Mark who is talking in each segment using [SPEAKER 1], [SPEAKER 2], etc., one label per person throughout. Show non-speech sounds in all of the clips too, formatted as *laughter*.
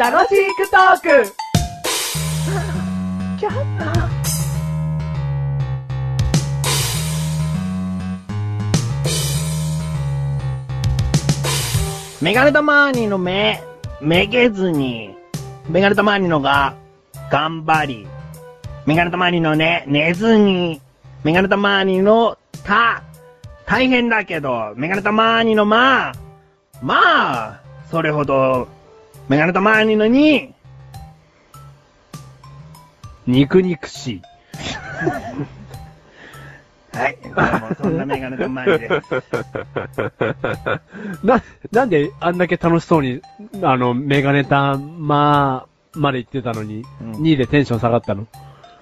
[SPEAKER 1] 楽しくトーク
[SPEAKER 2] メガネタマーニの目、めげずに、メガネタマーニのが、頑張り、メガネタマーニのね、寝ずに、メガネタマーニのた、大変だけど、メガネタマーニのま、まあ、それほど、メガネタマーニのに、
[SPEAKER 3] 肉肉しい。
[SPEAKER 2] はい、どうもそんなメガネタマーニ *laughs* です。
[SPEAKER 3] な、なんであんだけ楽しそうに、あの、メガネタまあ、まで言ってたのに、
[SPEAKER 2] うん
[SPEAKER 3] 2位でテンション下がったの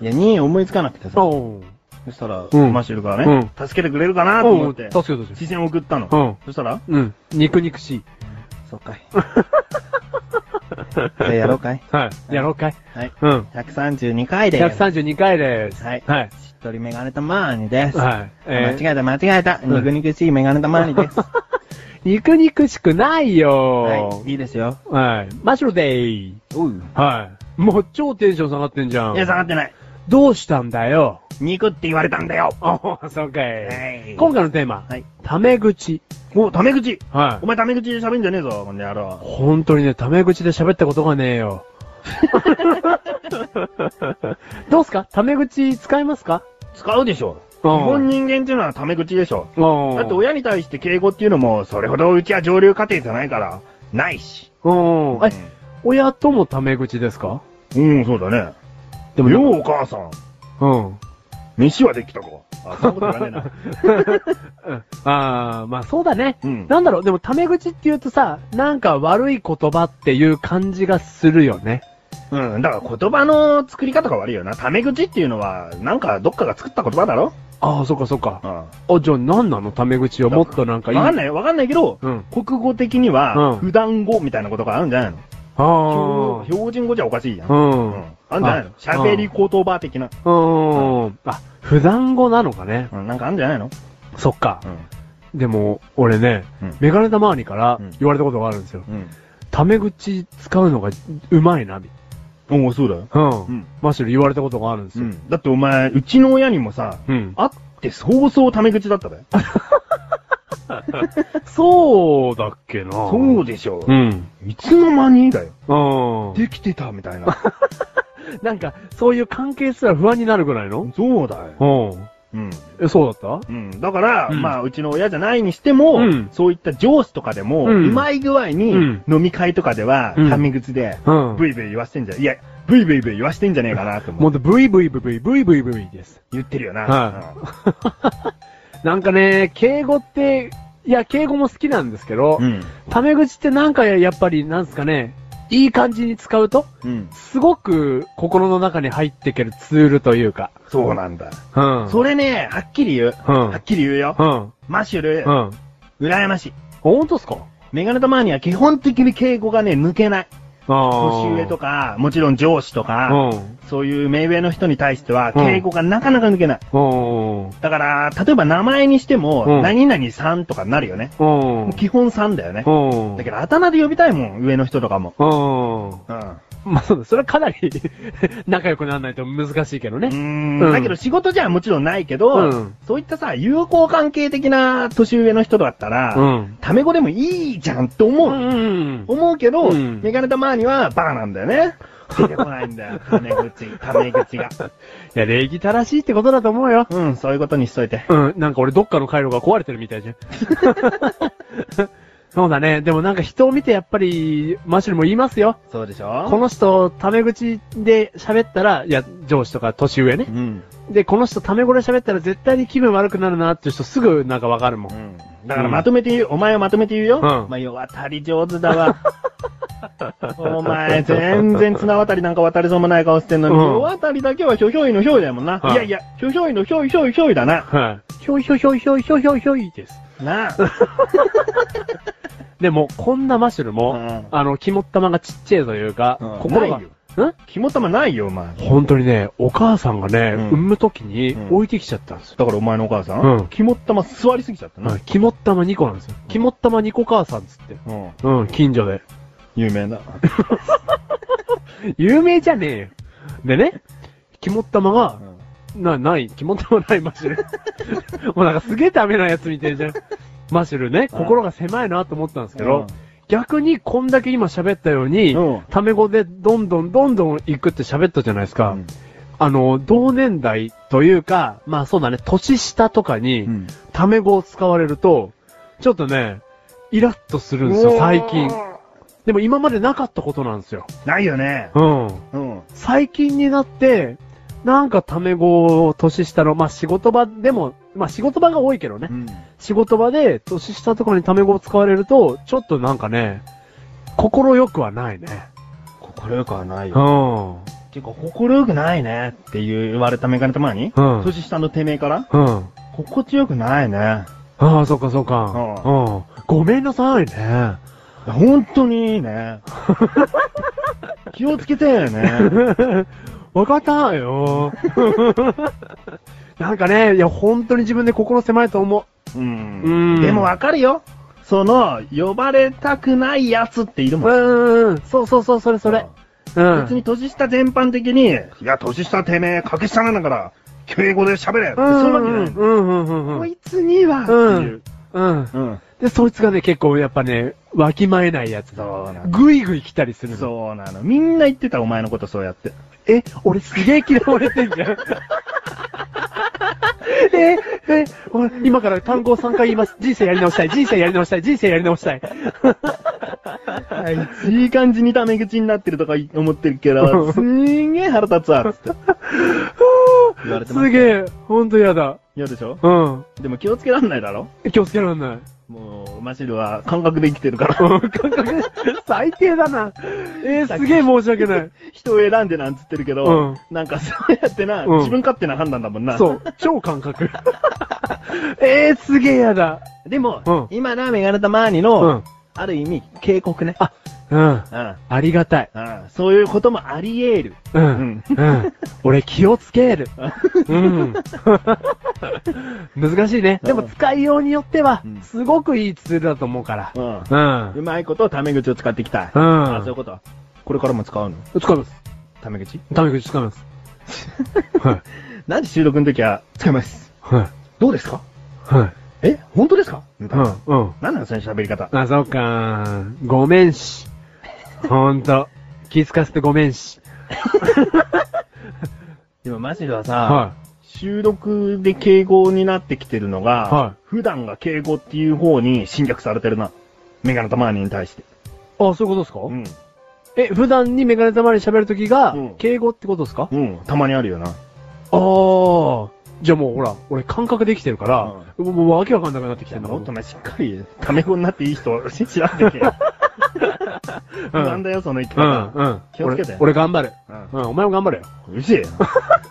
[SPEAKER 2] いや、2位思いつかなくてさ、
[SPEAKER 3] おう
[SPEAKER 2] そしたら、
[SPEAKER 3] うん
[SPEAKER 2] マシュルがね、助けてくれるかなと
[SPEAKER 3] お
[SPEAKER 2] 思っ
[SPEAKER 3] う
[SPEAKER 2] て、
[SPEAKER 3] 助けてほしい。
[SPEAKER 2] 視線を送ったの。
[SPEAKER 3] うん。
[SPEAKER 2] そしたら、
[SPEAKER 3] うん。肉
[SPEAKER 2] *laughs*
[SPEAKER 3] 肉しい。
[SPEAKER 2] そうかい。じゃあやろうかい。
[SPEAKER 3] はい。やろうかい。
[SPEAKER 2] はい。
[SPEAKER 3] うん。
[SPEAKER 2] 132回で。
[SPEAKER 3] 132回です。
[SPEAKER 2] はい
[SPEAKER 3] はい。
[SPEAKER 2] しっとりメガネたまーにです。
[SPEAKER 3] はい。えー
[SPEAKER 2] 間違えた間違えた。
[SPEAKER 3] うん
[SPEAKER 2] 肉肉しいメガネたまーに
[SPEAKER 3] *laughs*
[SPEAKER 2] です。
[SPEAKER 3] 肉肉しくない
[SPEAKER 2] は
[SPEAKER 3] よ
[SPEAKER 2] い。いいですよ。
[SPEAKER 3] はい。マシュルデイ。
[SPEAKER 2] おう。
[SPEAKER 3] はい。もう超テンション下がってんじゃん。
[SPEAKER 2] いや、下がってない。
[SPEAKER 3] どうしたんだよ。
[SPEAKER 2] 肉って言われたんだよ。
[SPEAKER 3] ああ、そうかい。
[SPEAKER 2] はい
[SPEAKER 3] 今回のテーマ。
[SPEAKER 2] はい。
[SPEAKER 3] タメ口。
[SPEAKER 2] お、タメ口。
[SPEAKER 3] は
[SPEAKER 2] お前タメ口で喋んじゃねえぞ、この野郎。
[SPEAKER 3] 本当にね、タメ口で喋ったことがねえ *laughs* よ。どうすかタメ口使いますか
[SPEAKER 2] 使うでしょ。日
[SPEAKER 3] うん
[SPEAKER 2] 本人間っていうのはタメ口でしょ。
[SPEAKER 3] うん
[SPEAKER 2] だって親に対して敬語っていうのも、それほどうちは上流家庭じゃないから、ないし。
[SPEAKER 3] うん。え、親ともタメ口ですか
[SPEAKER 2] うん、うんそうだね。
[SPEAKER 3] で
[SPEAKER 2] よ
[SPEAKER 3] も、
[SPEAKER 2] うお母さん、
[SPEAKER 3] *laughs* うん。
[SPEAKER 2] 飯はできたか。あ、そんなこと言わねえ
[SPEAKER 3] *laughs*
[SPEAKER 2] な。
[SPEAKER 3] ああ、まあそうだね。
[SPEAKER 2] うん。
[SPEAKER 3] なんだろう、でもタメ口って言うとさ、なんか悪い言葉っていう感じがするよね。
[SPEAKER 2] うん、だから言葉の作り方が悪いよな。タメ口っていうのは、なんかどっかが作った言葉だろ
[SPEAKER 3] ああ、そっかそっか。
[SPEAKER 2] うん。
[SPEAKER 3] あ、じゃあ何なのタメ口をもっとなんかいい。
[SPEAKER 2] わかん
[SPEAKER 3] い。
[SPEAKER 2] ないよわかんないけど、
[SPEAKER 3] うん。
[SPEAKER 2] 国語的には
[SPEAKER 3] う、ん
[SPEAKER 2] 普段語みたいなことがあるんじゃないの、
[SPEAKER 3] ああ。
[SPEAKER 2] 標準語じゃおかしいじゃん。
[SPEAKER 3] う。
[SPEAKER 2] うん
[SPEAKER 3] うん。
[SPEAKER 2] あるんじゃないの喋り言葉的な。
[SPEAKER 3] あ、普段語なのかね。
[SPEAKER 2] うん、なんかあるんじゃないの
[SPEAKER 3] そっか
[SPEAKER 2] う。
[SPEAKER 3] でも、俺ね、
[SPEAKER 2] ん。うん。
[SPEAKER 3] メガネたまわりから
[SPEAKER 2] うん
[SPEAKER 3] 言われたことがあるんですよ。
[SPEAKER 2] うん。
[SPEAKER 3] タメ口使うのがうまいな、み
[SPEAKER 2] おお、そうだよ。
[SPEAKER 3] う。
[SPEAKER 2] うんん。
[SPEAKER 3] マシュル言われたことがあるんです
[SPEAKER 2] う
[SPEAKER 3] よ。
[SPEAKER 2] ん。だってお前、うちの親にもさ、
[SPEAKER 3] うん。
[SPEAKER 2] 会って早々タメ口だったべ。
[SPEAKER 3] そうだっけな。
[SPEAKER 2] そうでしょ
[SPEAKER 3] う。ん。
[SPEAKER 2] いつの間にだよ。
[SPEAKER 3] うん。
[SPEAKER 2] できてたみたいな。 *laughs*
[SPEAKER 3] なんか、そういう関係すら不安になるぐらいの
[SPEAKER 2] そうだよ。
[SPEAKER 3] うん。
[SPEAKER 2] うん。
[SPEAKER 3] え、そうだっ
[SPEAKER 2] うん。だから、
[SPEAKER 3] うん
[SPEAKER 2] まあ、うちの親じゃないにしても、
[SPEAKER 3] うん
[SPEAKER 2] そういった上司とかでも、
[SPEAKER 3] う
[SPEAKER 2] うんまい具合に、
[SPEAKER 3] うん
[SPEAKER 2] 飲み会とかでは、
[SPEAKER 3] うん
[SPEAKER 2] タメ口で、
[SPEAKER 3] たうん。
[SPEAKER 2] ブイブイ言わしてんじゃ、いや、ブイブイブイ言わしてんじゃねえかなと思
[SPEAKER 3] も
[SPEAKER 2] う。
[SPEAKER 3] っと VVVVVVV です。
[SPEAKER 2] 言ってるよな。
[SPEAKER 3] はなんかね、敬語って、いや、敬語も好きなんですけど
[SPEAKER 2] う、ん。
[SPEAKER 3] タメ口ってなんかやっぱり、なんすかね、いい感じに使うと、
[SPEAKER 2] うん。
[SPEAKER 3] すごく心の中に入ってけるツールというか。
[SPEAKER 2] そうなんだ。
[SPEAKER 3] うん
[SPEAKER 2] それね、はっきり言う。
[SPEAKER 3] うん。
[SPEAKER 2] はっきり言うよ。
[SPEAKER 3] うん。
[SPEAKER 2] マシュル
[SPEAKER 3] う、ん。
[SPEAKER 2] 羨ましい。
[SPEAKER 3] 本当っすか
[SPEAKER 2] メガネとマーニは基本的に敬語がね、抜けない。
[SPEAKER 3] あ
[SPEAKER 2] 年上と
[SPEAKER 3] か。
[SPEAKER 2] か、もちろん上司とか、
[SPEAKER 3] うん。
[SPEAKER 2] そういう目上の人に対しては、
[SPEAKER 3] うん
[SPEAKER 2] 敬語がなかなか抜けない。
[SPEAKER 3] うん。
[SPEAKER 2] だから、例えば名前にしても、
[SPEAKER 3] うん
[SPEAKER 2] 何々さんとかになるよね。
[SPEAKER 3] うん。
[SPEAKER 2] 基本さんだよね。
[SPEAKER 3] うん。
[SPEAKER 2] だけど、あだ名で呼びたいもん、上の人とかも。
[SPEAKER 3] うん。
[SPEAKER 2] うん。
[SPEAKER 3] まあそうだ、それはかなり *laughs* 仲良くならないと難しいけど
[SPEAKER 2] う
[SPEAKER 3] ね。
[SPEAKER 2] ーん。だけど、仕事じゃもちろんないけど、
[SPEAKER 3] うん
[SPEAKER 2] そういったさ、友好関係的な年上の人だったら、
[SPEAKER 3] ん。
[SPEAKER 2] タメ語でもいいじゃんって
[SPEAKER 3] う
[SPEAKER 2] 思う。
[SPEAKER 3] ん。
[SPEAKER 2] 思うけど、
[SPEAKER 3] うん
[SPEAKER 2] メガネたまーにはバーなんだよね。出てこないんだよ、タメ口、タメ口が。
[SPEAKER 3] いや、礼儀正しいってことだと思うよ。
[SPEAKER 2] うん、そういうことにしといて。
[SPEAKER 3] うん、なんか俺どっかの回路が壊れてるみたいじゃん。 *laughs* そうだね。でもなんか人を見てやっぱり、マシュルも言いますよ。
[SPEAKER 2] そうでし
[SPEAKER 3] こ
[SPEAKER 2] ょ
[SPEAKER 3] の人、タメ口で喋ったら、いや、上司とか年上ね
[SPEAKER 2] う。ん。
[SPEAKER 3] で、この人、タメ語で喋ったら絶対に気分悪くなるなっていう人すぐなんかわかるも。
[SPEAKER 2] うんん。だからまとめて言う、お前はまとめて言うよ。
[SPEAKER 3] うん
[SPEAKER 2] お前、世渡り上手だわ。お前、全然綱渡りなんか渡りそうもない顔してんのに、
[SPEAKER 3] うん
[SPEAKER 2] 世渡りだけはひょひょいのひょいだもんな。
[SPEAKER 3] はい
[SPEAKER 2] いやいや、ひょひょいのひょいひょいひょいだな。
[SPEAKER 3] はい。ひょいひょいひょいひょいひょいひょいひょいです。
[SPEAKER 2] なあ。
[SPEAKER 3] でも、こんなマシュルも、
[SPEAKER 2] うん
[SPEAKER 3] あの、肝っ玉がちっちゃいというか、
[SPEAKER 2] うん
[SPEAKER 3] 心が
[SPEAKER 2] ないよ、肝玉ないよ、お前。
[SPEAKER 3] 本当にね、お母さんがね、
[SPEAKER 2] うん
[SPEAKER 3] 産む時に
[SPEAKER 2] うん
[SPEAKER 3] 置いてきちゃったんですよ。
[SPEAKER 2] だからお前のお母さん、
[SPEAKER 3] うん
[SPEAKER 2] 肝玉座りすぎちゃったな。
[SPEAKER 3] はい。肝っ玉2個なんですよ。肝っ玉2個母さんっつって。
[SPEAKER 2] うん。
[SPEAKER 3] うん、近所で。
[SPEAKER 2] 有名な。
[SPEAKER 3] 有名じゃねえよ。でね、肝っ玉が、な、ない、肝っ玉ないマシュル。
[SPEAKER 2] *laughs*
[SPEAKER 3] もうなんかすげえダメなやつみてえじゃん。マシュルね、
[SPEAKER 2] うん
[SPEAKER 3] 心が狭いなと思ったんですけ
[SPEAKER 2] う
[SPEAKER 3] ど、
[SPEAKER 2] ん
[SPEAKER 3] 逆にこんだけ今喋ったように、
[SPEAKER 2] うん
[SPEAKER 3] タメ語でどんどんどんどん行くって喋ったじゃないですか。
[SPEAKER 2] うん
[SPEAKER 3] あの、同年代というか、まあそうだね、年下とかに、
[SPEAKER 2] うん
[SPEAKER 3] タメ語を使われると、ちょっとね、イラッとするんですよ、最近。でも今までなかったことなんですよ。
[SPEAKER 2] ないよね。
[SPEAKER 3] うん。
[SPEAKER 2] うん。
[SPEAKER 3] 最近になって、なんかタメ語を年下の、まあ仕事場でも、まあ仕事場が多いけどね。
[SPEAKER 2] うん。
[SPEAKER 3] 仕事場で年下とかにタメ語を使われると、ちょっとなんかね、心よくはないね。
[SPEAKER 2] 心よくはないよ。
[SPEAKER 3] うん。
[SPEAKER 2] てか、心よくないねっていう言われたメガネたまに、
[SPEAKER 3] うん。うん。
[SPEAKER 2] 年下のてめえから、
[SPEAKER 3] あ
[SPEAKER 2] 心地よくないね。
[SPEAKER 3] あ、そうかそうか。うん。ごめんなさいね。
[SPEAKER 2] 本当にいい
[SPEAKER 3] *laughs*
[SPEAKER 2] ね。気をつけてよね。
[SPEAKER 3] わかったよ。 *laughs* なんかね、いや、本当に自分で心狭いと思
[SPEAKER 2] う
[SPEAKER 3] うん
[SPEAKER 2] ん。でもわかるよ。その、呼ばれたくないやつっている
[SPEAKER 3] う。
[SPEAKER 2] もん。
[SPEAKER 3] うん。そうそうそう、それそれ。うん。
[SPEAKER 2] 別に年下全般的に、いや、年下てめえ、掛け下なんだから、敬語で喋れって、
[SPEAKER 3] う
[SPEAKER 2] そ
[SPEAKER 3] ん、
[SPEAKER 2] ういうわけじゃないの。
[SPEAKER 3] うん、うん、うん、う
[SPEAKER 2] こ
[SPEAKER 3] ん。
[SPEAKER 2] いつには、っていう。
[SPEAKER 3] うん。
[SPEAKER 2] うん。
[SPEAKER 3] で、そいつがね、結構やっぱね、わきまえないやつだ。
[SPEAKER 2] そうなの。
[SPEAKER 3] ぐいぐい来たりするの。
[SPEAKER 2] そうなの。みんな言ってた、お前のことそうやって。
[SPEAKER 3] え、俺すげえ嫌われてん
[SPEAKER 2] *laughs*
[SPEAKER 3] じゃん。え、え、俺今から単語を3回言います。人生やり直したい、人生やり直したい、人生やり直したい。
[SPEAKER 2] あいついい感じにタメ口になってるとか思ってるけど、すんげえ腹立つわ、つって。言われてます
[SPEAKER 3] すげえ、ほんとやだ。
[SPEAKER 2] 嫌でしょ
[SPEAKER 3] うん。
[SPEAKER 2] でも気をつけらんないだろ
[SPEAKER 3] 気をつけられない。
[SPEAKER 2] もう、マシルは感覚で生きてるから。
[SPEAKER 3] 感覚、最低だな。えー、すげえ申し訳ない。
[SPEAKER 2] 人を選んでなんつってるけど、
[SPEAKER 3] うん
[SPEAKER 2] なんかそうやってな、
[SPEAKER 3] うん
[SPEAKER 2] 自分勝手な判断だもんな。
[SPEAKER 3] そう、超
[SPEAKER 2] *laughs*
[SPEAKER 3] 感覚。えー、すげえやだ。
[SPEAKER 2] でも、
[SPEAKER 3] うん
[SPEAKER 2] 今な、メガネタマーニ
[SPEAKER 3] う
[SPEAKER 2] の、
[SPEAKER 3] ん。
[SPEAKER 2] ある意味、警告ね。
[SPEAKER 3] うん。
[SPEAKER 2] うん。
[SPEAKER 3] ありがたい。
[SPEAKER 2] うん。そういうこともあり得る。
[SPEAKER 3] う。
[SPEAKER 2] うんん。
[SPEAKER 3] うん。俺気をつ
[SPEAKER 2] *laughs*
[SPEAKER 3] ける。うん。難しいね。でも使いようによっては
[SPEAKER 2] うん、
[SPEAKER 3] すごくいいツールだと思うから。
[SPEAKER 2] うん。
[SPEAKER 3] うん。
[SPEAKER 2] うまいこと、タメ口を使っていきたい。あ、そういう
[SPEAKER 3] う
[SPEAKER 2] こと。これからも使うの
[SPEAKER 3] ん。使います。
[SPEAKER 2] タメ口
[SPEAKER 3] タメ口使
[SPEAKER 2] *laughs*
[SPEAKER 3] います。はい。
[SPEAKER 2] なんで収録の時は、使います。
[SPEAKER 3] はい。
[SPEAKER 2] どうですか
[SPEAKER 3] はい。
[SPEAKER 2] え本当ですかみた
[SPEAKER 3] う
[SPEAKER 2] いな。
[SPEAKER 3] ん。うん。
[SPEAKER 2] なんなのその喋り方。
[SPEAKER 3] あ、そうか。ごめんし。ほんと。気づかせてごめんし。
[SPEAKER 2] でもマジではさ、
[SPEAKER 3] は
[SPEAKER 2] 収録で敬語になってきてるのが、
[SPEAKER 3] は
[SPEAKER 2] 普段が敬語っていう方に侵略されてるな。メガネたまーにに対して。
[SPEAKER 3] い。あ、そういうことですか
[SPEAKER 2] うん。
[SPEAKER 3] え、普段にメガネたまり喋るときが
[SPEAKER 2] うん、
[SPEAKER 3] 敬語ってことですか
[SPEAKER 2] うん。たまにあるよな。
[SPEAKER 3] あー。じゃあもうほら、俺感覚できてるから、もうわけわかんなくなってきて
[SPEAKER 2] で
[SPEAKER 3] んだ
[SPEAKER 2] も
[SPEAKER 3] も
[SPEAKER 2] っ
[SPEAKER 3] ん
[SPEAKER 2] と。ね、しっかり、ため語になっていい人、し知らんでけ。なんだよ、その生き
[SPEAKER 3] うん、
[SPEAKER 2] 方。
[SPEAKER 3] うん。
[SPEAKER 2] 気をつけて
[SPEAKER 3] 俺俺頑張る。
[SPEAKER 2] うん。
[SPEAKER 3] うん、お前も頑張れよ。
[SPEAKER 2] うるせえよ。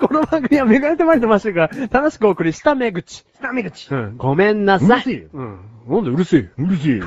[SPEAKER 3] この番組はメガネたまりとマシュルが楽しくお送りした目口。
[SPEAKER 2] タメ口。
[SPEAKER 3] うん、ごめんなさ
[SPEAKER 2] う
[SPEAKER 3] い。
[SPEAKER 2] るせえよ
[SPEAKER 3] うん。なんでうるせえよ。
[SPEAKER 2] うるせえよ。